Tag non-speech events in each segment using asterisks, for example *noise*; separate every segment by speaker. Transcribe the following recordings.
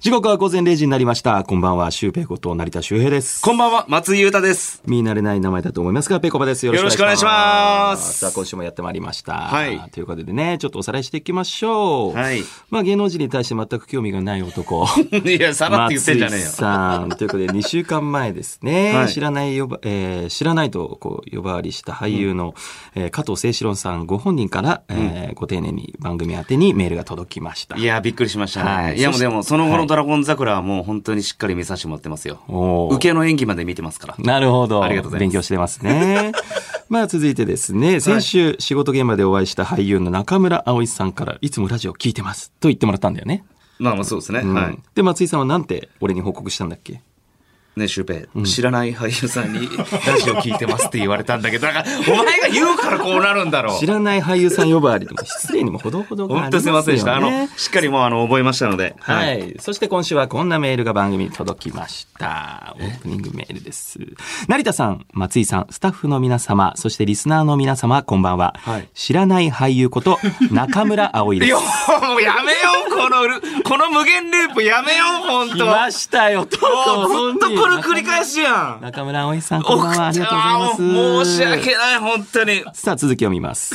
Speaker 1: 時刻は午前0時になりました。こんばんは、シュウペイこと成田修平です。
Speaker 2: こんばんは、松井裕太です。
Speaker 1: 見慣れない名前だと思いますが、ペコパです。よろしくお願いし
Speaker 2: よ
Speaker 1: ま。
Speaker 2: ろしくお願いしますす
Speaker 1: さあ、今週もやってまいりました。
Speaker 2: はい
Speaker 1: ということでね、ちょっとおさらいしていきましょう。
Speaker 2: はい
Speaker 1: まあ、芸能人に対して全く興味がない
Speaker 2: *laughs*
Speaker 1: 男。
Speaker 2: *laughs* いや、さらって言ってんじゃねえよ
Speaker 1: 松井。さん。ということで、2週間前ですね。
Speaker 2: はい
Speaker 1: 知らない呼ば、えー知らないとこう呼ばわりした俳優の、えー加藤清史郎さんご本人から、えーご丁寧に番組宛てにメールが届きました。
Speaker 2: いや、びっくりしましたね。
Speaker 1: はい
Speaker 2: い、や、もうでも、その後
Speaker 1: は
Speaker 2: の
Speaker 1: い
Speaker 2: ドラゴン桜はもう本当にしっかり見させてもらってますよ。
Speaker 1: おー
Speaker 2: 受けの演技まで見てますから。
Speaker 1: なるほど。
Speaker 2: ありがとうございま
Speaker 1: 勉
Speaker 2: す
Speaker 1: 強してますね。 *laughs* まあ続いてですね、先週仕事現場でお会いした俳優の中村葵さんから、いつもラジオ聞いてますと言ってもらったんだよね。
Speaker 2: まあまあそうですね。
Speaker 1: うん
Speaker 2: はい。
Speaker 1: で、松井さんはなんて俺に報告したんだっけ
Speaker 2: ね、シュウペイ、知らない俳優さんにラジオ聞いてますって言われたんだけど、だから、お前が言うからこうなるんだろう
Speaker 1: 知。らない俳優さん呼ばわりでも失礼にもほどほどがありま
Speaker 2: 本当
Speaker 1: す
Speaker 2: す
Speaker 1: よ
Speaker 2: い
Speaker 1: ね。
Speaker 2: ませんでした。あの、しっかりもうあの、覚えましたので。
Speaker 1: はい、そして今週はこんなメールが番組に届きました。オープニングメールです。成田さん、松井さん、スタッフの皆様、そしてリスナーの皆様、こんばんは。
Speaker 2: はい
Speaker 1: 知らない俳優こと、中村葵で
Speaker 2: *laughs* い
Speaker 1: す
Speaker 2: や、。もうやめよう、このル、この無限ループやめよう、本
Speaker 1: 来
Speaker 2: 当
Speaker 1: ましたよ、とう
Speaker 2: もう
Speaker 1: と
Speaker 2: ず
Speaker 1: う。
Speaker 2: っとこれ繰り返しやん。
Speaker 1: 中村葵さん、こんばんは。ありがとうございます。
Speaker 2: 申し訳ない、本当に。
Speaker 1: さあ、続きを見
Speaker 2: *laughs*
Speaker 1: ます。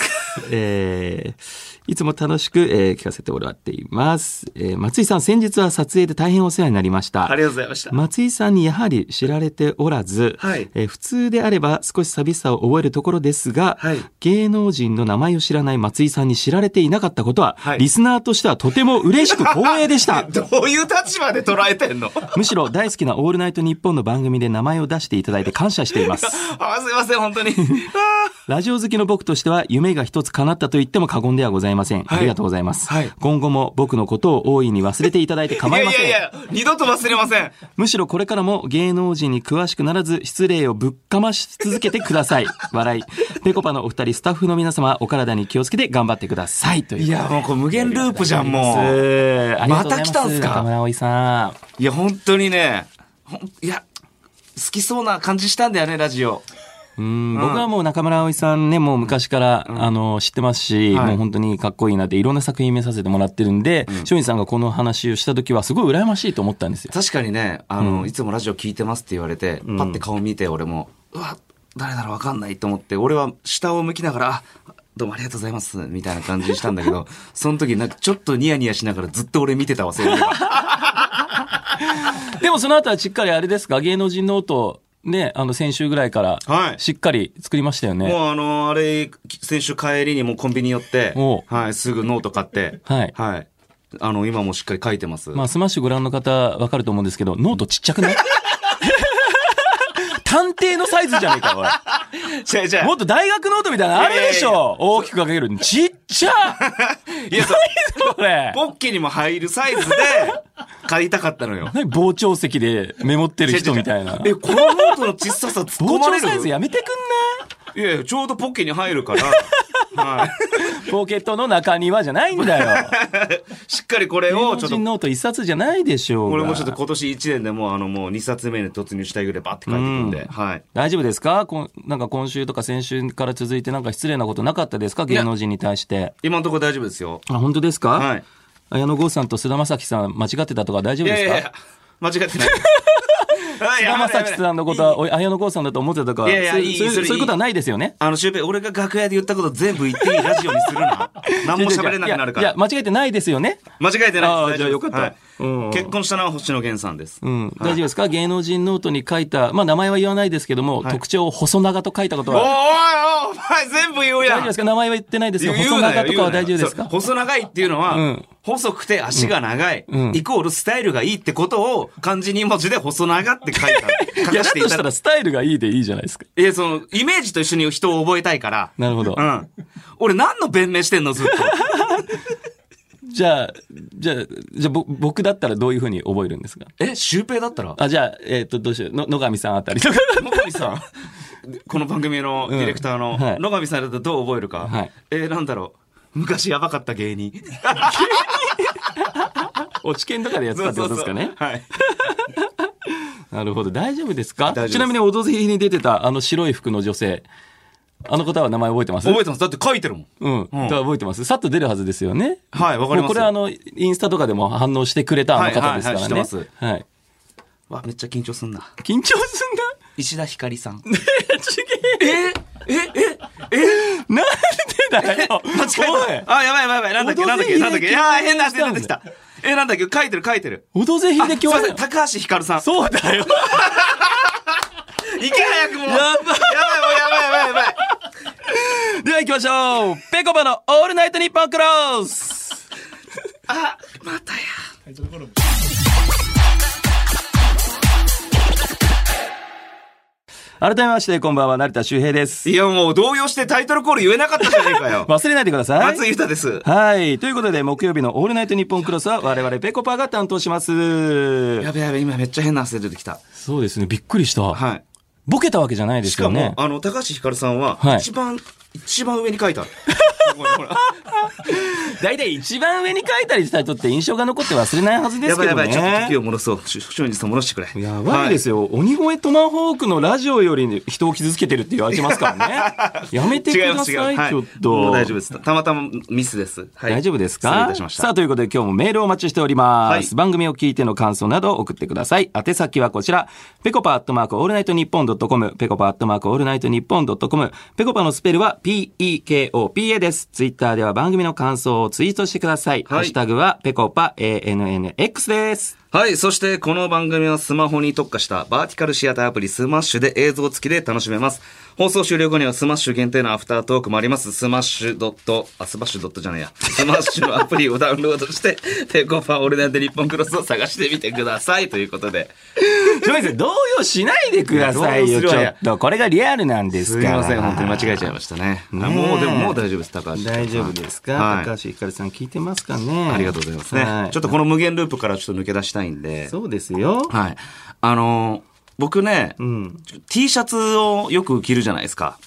Speaker 1: えーいつも楽しく、えー聞かせてもらっています。えー松井さん、先日は撮影で大変お世話になりました。
Speaker 2: ありがとうございました。
Speaker 1: 松井さんにやはり知られておらず、
Speaker 2: はい
Speaker 1: えー普通であれば少し寂しさを覚えるところですが、
Speaker 2: はい
Speaker 1: 芸能人の名前を知らない松井さんに知られていなかったことは、
Speaker 2: はい
Speaker 1: リスナーとしてはとても嬉しく光栄で
Speaker 2: *laughs*
Speaker 1: した。
Speaker 2: どういう立場で捉えてんの *laughs*
Speaker 1: むしろ大好きな「オールナイトニッポン」の番組で名前を出していただいて感謝しています。
Speaker 2: あすいません、本当に。あ
Speaker 1: ラジオ好きの僕としては夢が一つ叶ったと言っても過言ではございません。
Speaker 2: はい
Speaker 1: ありがとうございます、
Speaker 2: はい
Speaker 1: 今後も僕のことを大いに忘れていただいて
Speaker 2: ー
Speaker 1: 構いません。
Speaker 2: いやいやいや、二度と忘れません。
Speaker 1: むしろこれからも芸能人に詳しくならず失礼をぶっかまし続けてくださ
Speaker 2: *laughs*
Speaker 1: い。笑い。ペコパのお二人、スタッフの皆様、お体に気をつけて頑張ってください。という。
Speaker 2: いや、もうこれ無限ループじゃん、も
Speaker 1: ありがと
Speaker 2: う。
Speaker 1: うございす
Speaker 2: また来たんすか
Speaker 1: 中村葵さん。
Speaker 2: いや、本当にね、ほんいや、好きそうな感じしたんだよね、ラジオ。
Speaker 1: うん、僕はもう中村葵さんね、もう昔から、あの、知ってますし、
Speaker 2: はい
Speaker 1: もう本当にかっこいいなって、いろんな作品見させてもらってるんで、松陰さんがこの話をした時は、すごい羨ましいと思ったんですよ。
Speaker 2: 確かにね、あの、いつもラジオ聞いてますって言われて、パッて顔見て、俺も、うわ、誰だろうわかんないと思って、俺は下を向きながら、あどうもありがとうございます、みたいな感じにしたんだけ
Speaker 1: *laughs*
Speaker 2: ど、その時なんかちょっとニヤニヤしながらずっと俺見てたわ、そういえば
Speaker 1: でもその後はしっかりあれですか、芸能人ノート、ね、あの、先週ぐらいから
Speaker 2: は、い
Speaker 1: しっかり作りましたよね。
Speaker 2: もうあの、あれ、先週帰りにもうコンビニ寄って
Speaker 1: お、
Speaker 2: はい、すぐノート買って、
Speaker 1: はい
Speaker 2: はい。あの、今もしっかり書いてます。
Speaker 1: まあ、スマッシュご覧の方、わかると思うんですけど、ノートちっちゃくない *laughs* 探偵のサイズじゃねえか、おい。
Speaker 2: じゃじゃ
Speaker 1: もっと大学ノートみたいなのあるでし
Speaker 2: いやいやい
Speaker 1: ょ大きく書けるの。ちっちゃ
Speaker 2: いや、そう
Speaker 1: これ。
Speaker 2: ポッケにも入るサイズで、買いたかったのよ。
Speaker 1: 何傍聴席でメモってる *laughs* 人みたいな。
Speaker 2: え、このノートの小ささ突っ込
Speaker 1: 傍
Speaker 2: まれ
Speaker 1: 聴
Speaker 2: る
Speaker 1: サイズやめてく
Speaker 2: いやいや、ちょうどポッケに入るから、
Speaker 1: *laughs*
Speaker 2: はい。
Speaker 1: んなポケットの中にはじゃないんだよ。
Speaker 2: しっかりこれ
Speaker 1: 芸
Speaker 2: を、
Speaker 1: 能
Speaker 2: ちょっと
Speaker 1: 人、ノート一冊じゃないでしょうが。
Speaker 2: これもちょっと今年1年でもう、あの、もう2冊目に突入したいぐらいバッて書いてくんで、はい。
Speaker 1: 大丈夫ですかこんなんか今週とか先週から続いてなんか失礼なことなかったですか芸能人に対して。
Speaker 2: 今のところ大丈夫ですよ。
Speaker 1: あ、本当ですか
Speaker 2: はい。
Speaker 1: 綾野剛さんと菅田将暉さん間違ってたとか大丈夫
Speaker 2: い
Speaker 1: で
Speaker 2: やい
Speaker 1: すか
Speaker 2: やいや、間違っ
Speaker 1: *laughs*
Speaker 2: てない。
Speaker 1: 菅田将暉さんのことはおい綾野剛さんだと思ってたとか
Speaker 2: いやいや
Speaker 1: そう
Speaker 2: いい
Speaker 1: そう
Speaker 2: そ
Speaker 1: いう
Speaker 2: れ
Speaker 1: そういうことはないですよね
Speaker 2: あの、シュウペイ、俺が楽屋で言ったこと全部言っていいラジオにする
Speaker 1: *laughs*
Speaker 2: な。何も喋れなくなるか
Speaker 1: いや
Speaker 2: ら
Speaker 1: い。や間違えてないですよね
Speaker 2: 間違えて
Speaker 1: あ
Speaker 2: ない
Speaker 1: ー
Speaker 2: です。
Speaker 1: じゃあよかった
Speaker 2: はい
Speaker 1: うん
Speaker 2: 結婚したのは星野源さんです。
Speaker 1: うん、大丈夫ですか芸能人ノートに書いた、まあ、名前は言わないですけども、特徴を細長と書いたこと
Speaker 2: おいおい
Speaker 1: は
Speaker 2: おいお前全部言う
Speaker 1: 大
Speaker 2: や
Speaker 1: 丈
Speaker 2: ん
Speaker 1: 夫ですか名前は言ってないですけど細
Speaker 2: なよ
Speaker 1: 長とかは大丈夫です
Speaker 2: そう
Speaker 1: か
Speaker 2: 細長いっていうのは、
Speaker 1: うん
Speaker 2: 細くて足が長い、
Speaker 1: うん
Speaker 2: イコールスタイルがいいってことを漢字2文字で細長って書いた。
Speaker 1: *laughs*
Speaker 2: 書
Speaker 1: いやだ
Speaker 2: かせ
Speaker 1: と
Speaker 2: てい
Speaker 1: したた
Speaker 2: だ
Speaker 1: らスタイルがいいでいいじゃないですか
Speaker 2: いや、その、イメージと一緒に人を覚えたいから。
Speaker 1: なるほど、
Speaker 2: うん。俺何の弁明してんのずっと。
Speaker 1: じゃあじゃあじゃあぼ僕だったらどういうふうに覚えるんですか
Speaker 2: え、シュウペイだったら
Speaker 1: あじゃあ、えっとどうしようの野上さんあたりとか *laughs*
Speaker 2: 野上さん、この番組のディレクターの、
Speaker 1: うんはい
Speaker 2: 野上さんだとどう覚えるか、
Speaker 1: はい
Speaker 2: えーなんだろう。昔やばかった
Speaker 1: *laughs*
Speaker 2: 芸人。
Speaker 1: 落ち研とかでやってたってことですかね
Speaker 2: そうそうそうはい。
Speaker 1: なるほど大丈夫ですか
Speaker 2: 大丈夫です
Speaker 1: ちなみに「オドぜひ」に出てたあの白い服の女性あの方は名前覚えてます
Speaker 2: 覚えてます。だって書いてるもん。
Speaker 1: うん。
Speaker 2: う
Speaker 1: だ
Speaker 2: ん
Speaker 1: から覚えてます。さっと出るはずですよね。
Speaker 2: はいわかります
Speaker 1: もうこれはあの、インスタとかでも反応してくれたあの方ですからね。
Speaker 2: はいはいはい知ってます
Speaker 1: はい。
Speaker 2: わ、めっちゃ緊張すんな。
Speaker 1: 緊張すんだ
Speaker 2: 石田ひかりさん。
Speaker 1: なんでだよ
Speaker 2: *laughs* 間違えた。あ、やばいやばいやばい。なんだっけ
Speaker 1: オ
Speaker 2: な
Speaker 1: ド
Speaker 2: んだっ
Speaker 1: ぜひ
Speaker 2: け
Speaker 1: で
Speaker 2: なんだっけいやー、変な汗出てきた。え、なんだっけ書いてる書いてる。
Speaker 1: おいオドぜひで
Speaker 2: すい
Speaker 1: 共
Speaker 2: ま
Speaker 1: 演
Speaker 2: せん、高橋ひかるさん。
Speaker 1: そうだよ
Speaker 2: いけ早くもう。や
Speaker 1: や
Speaker 2: ばい
Speaker 1: ば
Speaker 2: やばいやばいやばい。
Speaker 1: いでは行きましょうぺこぱのオールナイトニッポンクロス
Speaker 2: あ、またや。
Speaker 1: 改めまして、こんばんは、成田修平です。
Speaker 2: いや、もう動揺してタイトルコール言えなかったじゃねえ
Speaker 1: *laughs*
Speaker 2: かよ。
Speaker 1: 忘れないでください。
Speaker 2: 松井裕太です。
Speaker 1: はい。ということで、木曜日のオールナイトニッポンクロスは我々ペコパが担当します。
Speaker 2: やべやべ、今めっちゃ変な汗出てきた。
Speaker 1: そうですね。びっくりした。
Speaker 2: はい。
Speaker 1: ボケたわけじゃないで
Speaker 2: し
Speaker 1: す
Speaker 2: か
Speaker 1: よ
Speaker 2: も、
Speaker 1: ね。
Speaker 2: あの、高橋ひかるさんは、
Speaker 1: はい
Speaker 2: 一番、一番上に
Speaker 1: *laughs*
Speaker 2: 書いてある。ここにほら
Speaker 1: 大体一番上に書いたりした人って印象が残って忘れないはずで
Speaker 2: や
Speaker 1: す
Speaker 2: ば
Speaker 1: け
Speaker 2: いや
Speaker 1: ど
Speaker 2: ば
Speaker 1: ね。
Speaker 2: い、ちょっと時を戻そう。し松陰寺さん戻してくれ。
Speaker 1: やばいですよ、鬼越トマホークのラジオより人を傷つけてるって言われてますからね。やめてく *laughs*
Speaker 2: 違い
Speaker 1: だ
Speaker 2: ます違い
Speaker 1: さい、
Speaker 2: ます
Speaker 1: ちょっと。
Speaker 2: はいもう大丈夫です。たまたまミスです。はい
Speaker 1: 大丈夫ですか
Speaker 2: 失礼いたしました。
Speaker 1: さあ、ということで今日もメールをお待ちしております。
Speaker 2: はい
Speaker 1: 番組を聞いての感想などを送ってください。宛先はこちら、ぺこぱアットマークオールナイトニッポンドットコム、ぺこぱアットマークオールナイトニッポンドットコム、ぺこぱのスペルは PEKOPA です。ツイッターでは番組の感想をツイートしてください。
Speaker 2: はい
Speaker 1: ハッシュタグはぺこぱ ANNX
Speaker 2: *laughs*
Speaker 1: です。
Speaker 2: はい。そして、この番組はスマホに特化したバーティカルシアターアプリスマッシュで映像付きで楽しめます。放送終了後にはスマッシュ限定のアフタートークもあります。スマッシュドット、あ、スマッシュドットじゃないや。スマッシュのアプリをダウンロードして、 *laughs* ペコパオールナイト日本クロスを探してみてください。ということで。
Speaker 1: すみません、動揺しないでくださいよ、
Speaker 2: いや動
Speaker 1: ち
Speaker 2: 揺するわ
Speaker 1: ょっと。これがリアルなんです
Speaker 2: す
Speaker 1: か
Speaker 2: い
Speaker 1: ら。
Speaker 2: ません。本当に間違えちゃいましたね。あ
Speaker 1: ねえ
Speaker 2: もう、でももう大丈夫です。高橋。
Speaker 1: 大丈夫ですか、
Speaker 2: はい
Speaker 1: 高橋ひかるさん聞いてますかね
Speaker 2: ありがとうございますね。
Speaker 1: は
Speaker 2: ちょっとこの無限ループからちょっと抜け出したいんで。
Speaker 1: そうですよ。
Speaker 2: はい。あのー僕ね、
Speaker 1: ん
Speaker 2: T シャツをよく着るじゃないですか。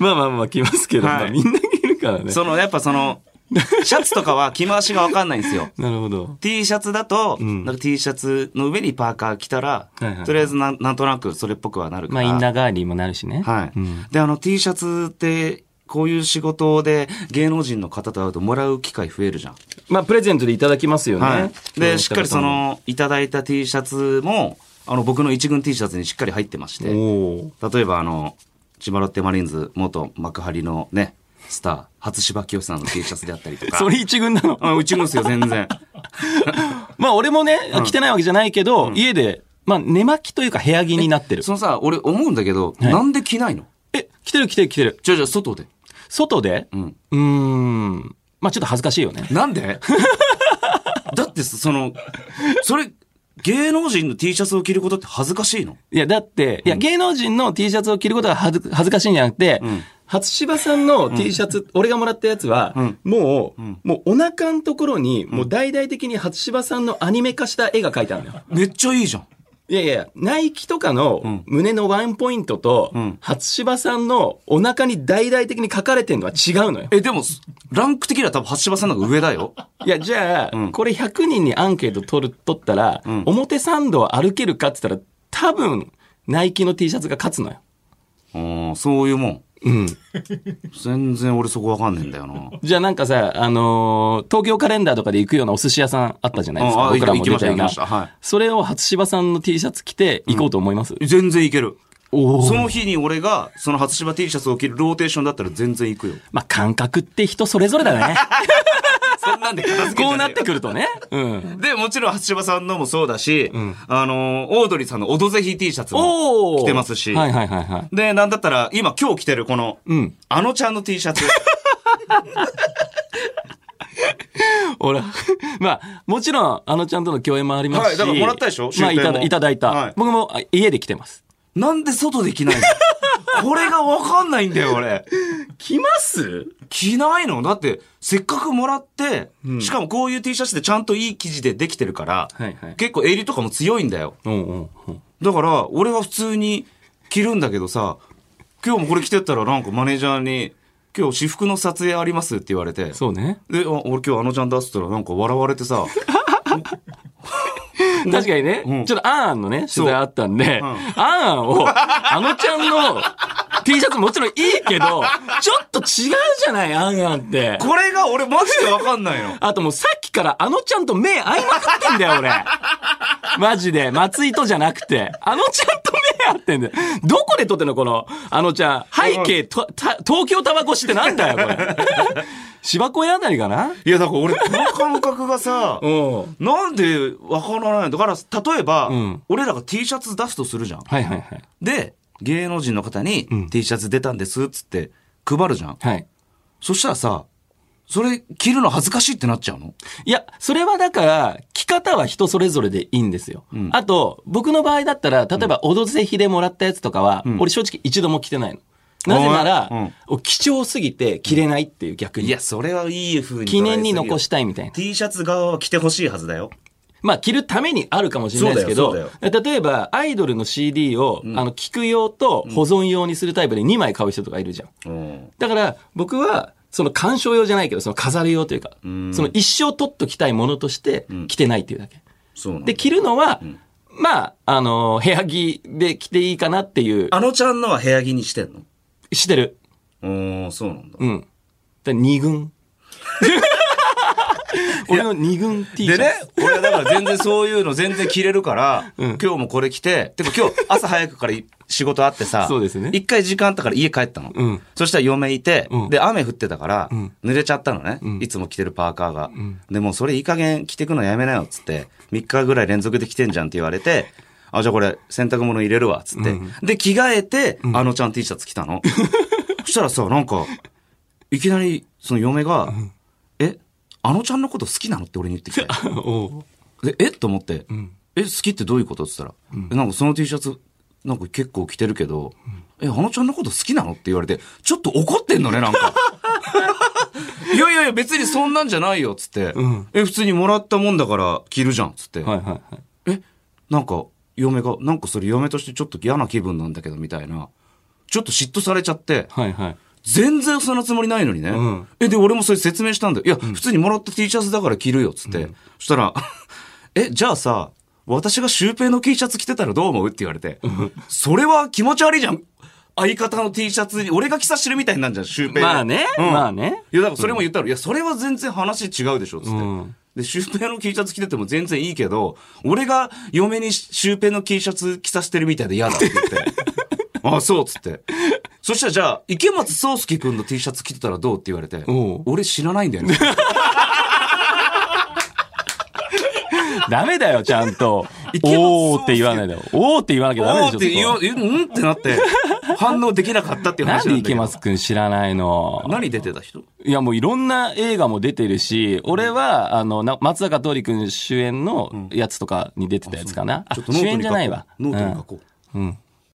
Speaker 1: まあまあまあ来ますけど、
Speaker 2: はい
Speaker 1: まあみんな着るからね。
Speaker 2: その、やっぱ
Speaker 1: *laughs*
Speaker 2: その、シャツとかは着回しがわかんないんですよ。
Speaker 1: なるほど。
Speaker 2: T シャツだと、
Speaker 1: ん
Speaker 2: なんか T シャツの上にパーカー着たら、
Speaker 1: はいはい
Speaker 2: とりあえずなんなんとなくそれっぽくはなるか
Speaker 1: まあ
Speaker 2: ら。
Speaker 1: インナー代わりにもなるしね。
Speaker 2: はい、
Speaker 1: うん
Speaker 2: で、あの T シャツって、こういう仕事で芸能人の方と会うともらう機会増えるじゃん。
Speaker 1: まあプレゼントでいただきますよね。
Speaker 2: はい。で、しっかりそ
Speaker 1: お
Speaker 2: の、いただいた T シャツも、あの、僕の一軍 T シャツにしっかり入ってまして。
Speaker 1: おー
Speaker 2: 例えばあの千葉ロッテマリーンズ元幕張のねスター初芝清さんの T シャツであったりとか
Speaker 1: それ一軍なの。
Speaker 2: あうちもですよ全然
Speaker 1: まあ俺もね、着てないわけじゃないけど、家で、まあ寝巻きというか部屋着になってる。
Speaker 2: そのさ俺思うんだけど、
Speaker 1: はい
Speaker 2: なんで着ないの
Speaker 1: え、着てる着てる着てる。
Speaker 2: じゃあじゃあ外で
Speaker 1: 外で
Speaker 2: う、ん
Speaker 1: うーん、まあちょっと恥ずかしいよね。
Speaker 2: な
Speaker 1: *laughs*
Speaker 2: んでだってそのそれ芸能人の T シャツを着ることって恥ずかしいの
Speaker 1: いや、だって、いや、芸能人の T シャツを着ることが恥ず恥ずかしいんじゃなくて、
Speaker 2: ん
Speaker 1: 初芝さんの T シャツ、俺がもらったやつは、
Speaker 2: うん
Speaker 1: もう、
Speaker 2: ん
Speaker 1: もうお腹のところに、もう大々的に初芝さんのアニメ化した絵が描いてあるのよ。
Speaker 2: めっちゃいいじゃん
Speaker 1: いやいや、ナイキとかの
Speaker 2: ん
Speaker 1: 胸のワンポイントと、
Speaker 2: うん
Speaker 1: 初芝さんのお腹に大々的に描かれてるのは違うのよ。
Speaker 2: えでもランク的には多分初芝さんの方が上だよ
Speaker 1: いや、じゃあ、
Speaker 2: うん
Speaker 1: これ100人にアンケート取る、取ったら、
Speaker 2: ん
Speaker 1: 表参道歩けるかって言ったら、多分、ナイキの T シャツが勝つのよ。
Speaker 2: うんそういうもん
Speaker 1: うん。
Speaker 2: 全然俺そこわかんねえんだよな
Speaker 1: *laughs* じゃあなんかさ、あのー東京カレンダーとかで行くようなお寿司屋さんあったじゃないです
Speaker 2: あ
Speaker 1: か。
Speaker 2: あ
Speaker 1: 僕らも
Speaker 2: 行
Speaker 1: 出
Speaker 2: きましたた
Speaker 1: よ
Speaker 2: 行
Speaker 1: う
Speaker 2: き
Speaker 1: な
Speaker 2: ましたはい
Speaker 1: それを初芝さんの T シャツ着て行こうと思います。
Speaker 2: 全然いける
Speaker 1: おー
Speaker 2: その日に俺が、その初芝 T シャツを着るローテーションだったら全然行くよ。
Speaker 1: まあ、感覚って人それぞれだ
Speaker 2: *laughs*
Speaker 1: ね。
Speaker 2: そんなんで片付け
Speaker 1: こ
Speaker 2: こ
Speaker 1: う
Speaker 2: う
Speaker 1: な
Speaker 2: な
Speaker 1: っ
Speaker 2: ってて
Speaker 1: くるとね。うん。
Speaker 2: で、もちろん初芝さんのもそうだし、あの、オードリーさんのオドぜひ T シャツ
Speaker 1: お
Speaker 2: も
Speaker 1: ー
Speaker 2: 着てますし、
Speaker 1: はいはいはいはい。
Speaker 2: で、なんだったら、今今日着てるこの、
Speaker 1: うん。
Speaker 2: あのちゃんの T シャツ。
Speaker 1: 俺、 *laughs* まあ、もちろん、あのちゃんとの共演もありますし。
Speaker 2: はいだからもらったでしょ
Speaker 1: まあ、いた
Speaker 2: シュウペ
Speaker 1: だ
Speaker 2: イも
Speaker 1: いただいた。
Speaker 2: はい
Speaker 1: 僕もあ家で着てます。
Speaker 2: なんで外で着ないのこれがわかんないんだよ、俺。
Speaker 1: 着ます
Speaker 2: 着ないのだって、せっかくもらって、しかもこういう T シャツでちゃんといい生地でできてるから、
Speaker 1: はいはい
Speaker 2: 結構襟とかも強いんだよ。
Speaker 1: うんうんうん。
Speaker 2: だから、俺は普通に着るんだけどさ、今日もこれ着てったらなんかマネージャーに、今日私服の撮影ありますって言われて、で、
Speaker 1: そうね。
Speaker 2: あ俺今日あのちゃん出すって言ったらなんか笑われてさ、
Speaker 1: 確かにね、
Speaker 2: うん
Speaker 1: ちょっとアンアンのね、取材あったんで、
Speaker 2: ん
Speaker 1: アンアンを、あのちゃんの T シャツもちろんいいけど、ちょっと違うじゃない、アンアンって。
Speaker 2: これが俺マジでわかんないの。
Speaker 1: あともうさっきからあのちゃんと目合いまくってんだよ、俺。マジで。松井とじゃなくて。あのちゃんと目合ってんだよ。どこで撮ってんの、この、あのちゃん。背景、とた東京タバコ吸ってなんだよ、これ。 *laughs* 芝公園あたりかない
Speaker 2: や、だから俺、この感覚がさ、
Speaker 1: うん。
Speaker 2: なんでわからないのだから、例えば、
Speaker 1: ん
Speaker 2: 俺らが T シャツ出すとするじゃん。
Speaker 1: はいはいはい。
Speaker 2: で、芸能人の方に
Speaker 1: ん
Speaker 2: T シャツ出たんですっつって配るじゃん。
Speaker 1: はい。
Speaker 2: そしたらさ、それ着るの恥ずかしいってなっちゃうの
Speaker 1: いや、それはだから、着方は人それぞれでいいんですよ。あと、僕の場合だったら、例えば、オドぜひでもらったやつとかは、俺正直一度も着てないの。なぜなら、貴重すぎて着れないっていう逆に。
Speaker 2: いや、それはいい風に。
Speaker 1: 記念に残したいみたいな。
Speaker 2: T シャツ側は着てほしいはずだよ。
Speaker 1: まあ、着るためにあるかもしれないですけど
Speaker 2: そうだよ、
Speaker 1: 例えば、アイドルの CD を、あの、聞く用と保存用にするタイプで2枚買う人とかいるじゃん。
Speaker 2: うん。
Speaker 1: だから、僕は、その鑑賞用じゃないけど、その飾る用というか、その一生取っときたいものとして、着てないっていうだけ。
Speaker 2: そうなの
Speaker 1: で、着るのは、まあ、あのー部屋着で着ていいかなっていう、
Speaker 2: あのちゃんのは部屋着にしてんの
Speaker 1: してる。
Speaker 2: おー、そうなんだ。
Speaker 1: うん。で二
Speaker 2: *laughs*
Speaker 1: 軍。俺の二軍 T シャ
Speaker 2: で
Speaker 1: ツ。
Speaker 2: ね、俺はだから全然そういうの全然着れるから、今日もこれ着て、てか今日朝早くからい仕事あってさ、
Speaker 1: そうですね
Speaker 2: 一回時間あったから家帰ったの。
Speaker 1: うん
Speaker 2: そしたら嫁いて、
Speaker 1: うん
Speaker 2: で、雨降ってたから、
Speaker 1: ん
Speaker 2: 濡れちゃったのね、いつも着てるパーカーが。で、もうそれいい加減着てくのやめなよ、つって。3日ぐらい連続で着てんじゃんって言われて、あ、じゃあこれ洗濯物入れるわ、つって。で、着替えて、あのちゃん T シャツ着
Speaker 1: *laughs*
Speaker 2: たの。そしたらさ、なんか、いきなり、その嫁が、え、あのちゃんのこと好きなのって俺に言ってきて。
Speaker 1: *laughs* おう
Speaker 2: で、えと思って、え、好きってどういうことって言ったら、えなんかその T シャツ、なんか結構着てるけど、え、あのちゃんのこと好きなのって言われて、ちょっと怒ってんのね、なんか。いやいやいや、別にそんなんじゃないよ、つって、
Speaker 1: ん
Speaker 2: え、普通にもらったもんだから着るじゃん、つって。
Speaker 1: はいはいはい。
Speaker 2: え、なんか、嫁が、なんかそれ嫁としてちょっと嫌な気分なんだけど、みたいな。ちょっと嫉妬されちゃって、
Speaker 1: はいはい。
Speaker 2: 全然そのつもりないのにね。
Speaker 1: ん
Speaker 2: え、で、俺もそれ説明したんだよ。いや、普通にもらった T シャツだから着るよ、つって。そしたら、 *laughs* え、じゃあさ、私がシュウペイの T シャツ着てたらどう思うって言われて。それは気持ち悪いじゃん。相方の T シャツに、俺が着さしてるみたいになんじゃん、シュウペイの。
Speaker 1: まあね、
Speaker 2: うん
Speaker 1: まあね。
Speaker 2: いや、だからそれも言ったら、いや、それは全然話違うでしょ、つって。
Speaker 1: うん
Speaker 2: で、シュウペイの T シャツ着てても全然いいけど、俺が嫁にシュウペイの T シャツ着させてるみたいで嫌だって言
Speaker 1: *laughs*
Speaker 2: って。ああ、そう、っつって。そしたらじゃあ、池松壮亮君の T シャツ着てたらどうって言われて
Speaker 1: おう、
Speaker 2: 俺知らないんだよね。
Speaker 1: ダメだよ、ちゃんと
Speaker 2: *laughs* い。けます
Speaker 1: おーって言わないでよ。おーって言わなき *laughs* ゃダメで
Speaker 2: お
Speaker 1: し
Speaker 2: う
Speaker 1: ょ、
Speaker 2: って言
Speaker 1: そこ
Speaker 2: う、えうんってなって、反応できなかったっていう
Speaker 1: なん
Speaker 2: 話
Speaker 1: で
Speaker 2: なんだ
Speaker 1: 池
Speaker 2: けど。
Speaker 1: 松くん知らないの
Speaker 2: 何出てた人
Speaker 1: いや、もういろんな映画も出てるし、俺は、あの、な松坂桃李くん主演のやつとかに出てたやつかな。あ
Speaker 2: ちょっとノー
Speaker 1: 主
Speaker 2: ト
Speaker 1: 演じ
Speaker 2: に書
Speaker 1: ゃ
Speaker 2: こ
Speaker 1: ないうわ。。
Speaker 2: ノートに書こう。
Speaker 1: うん。うん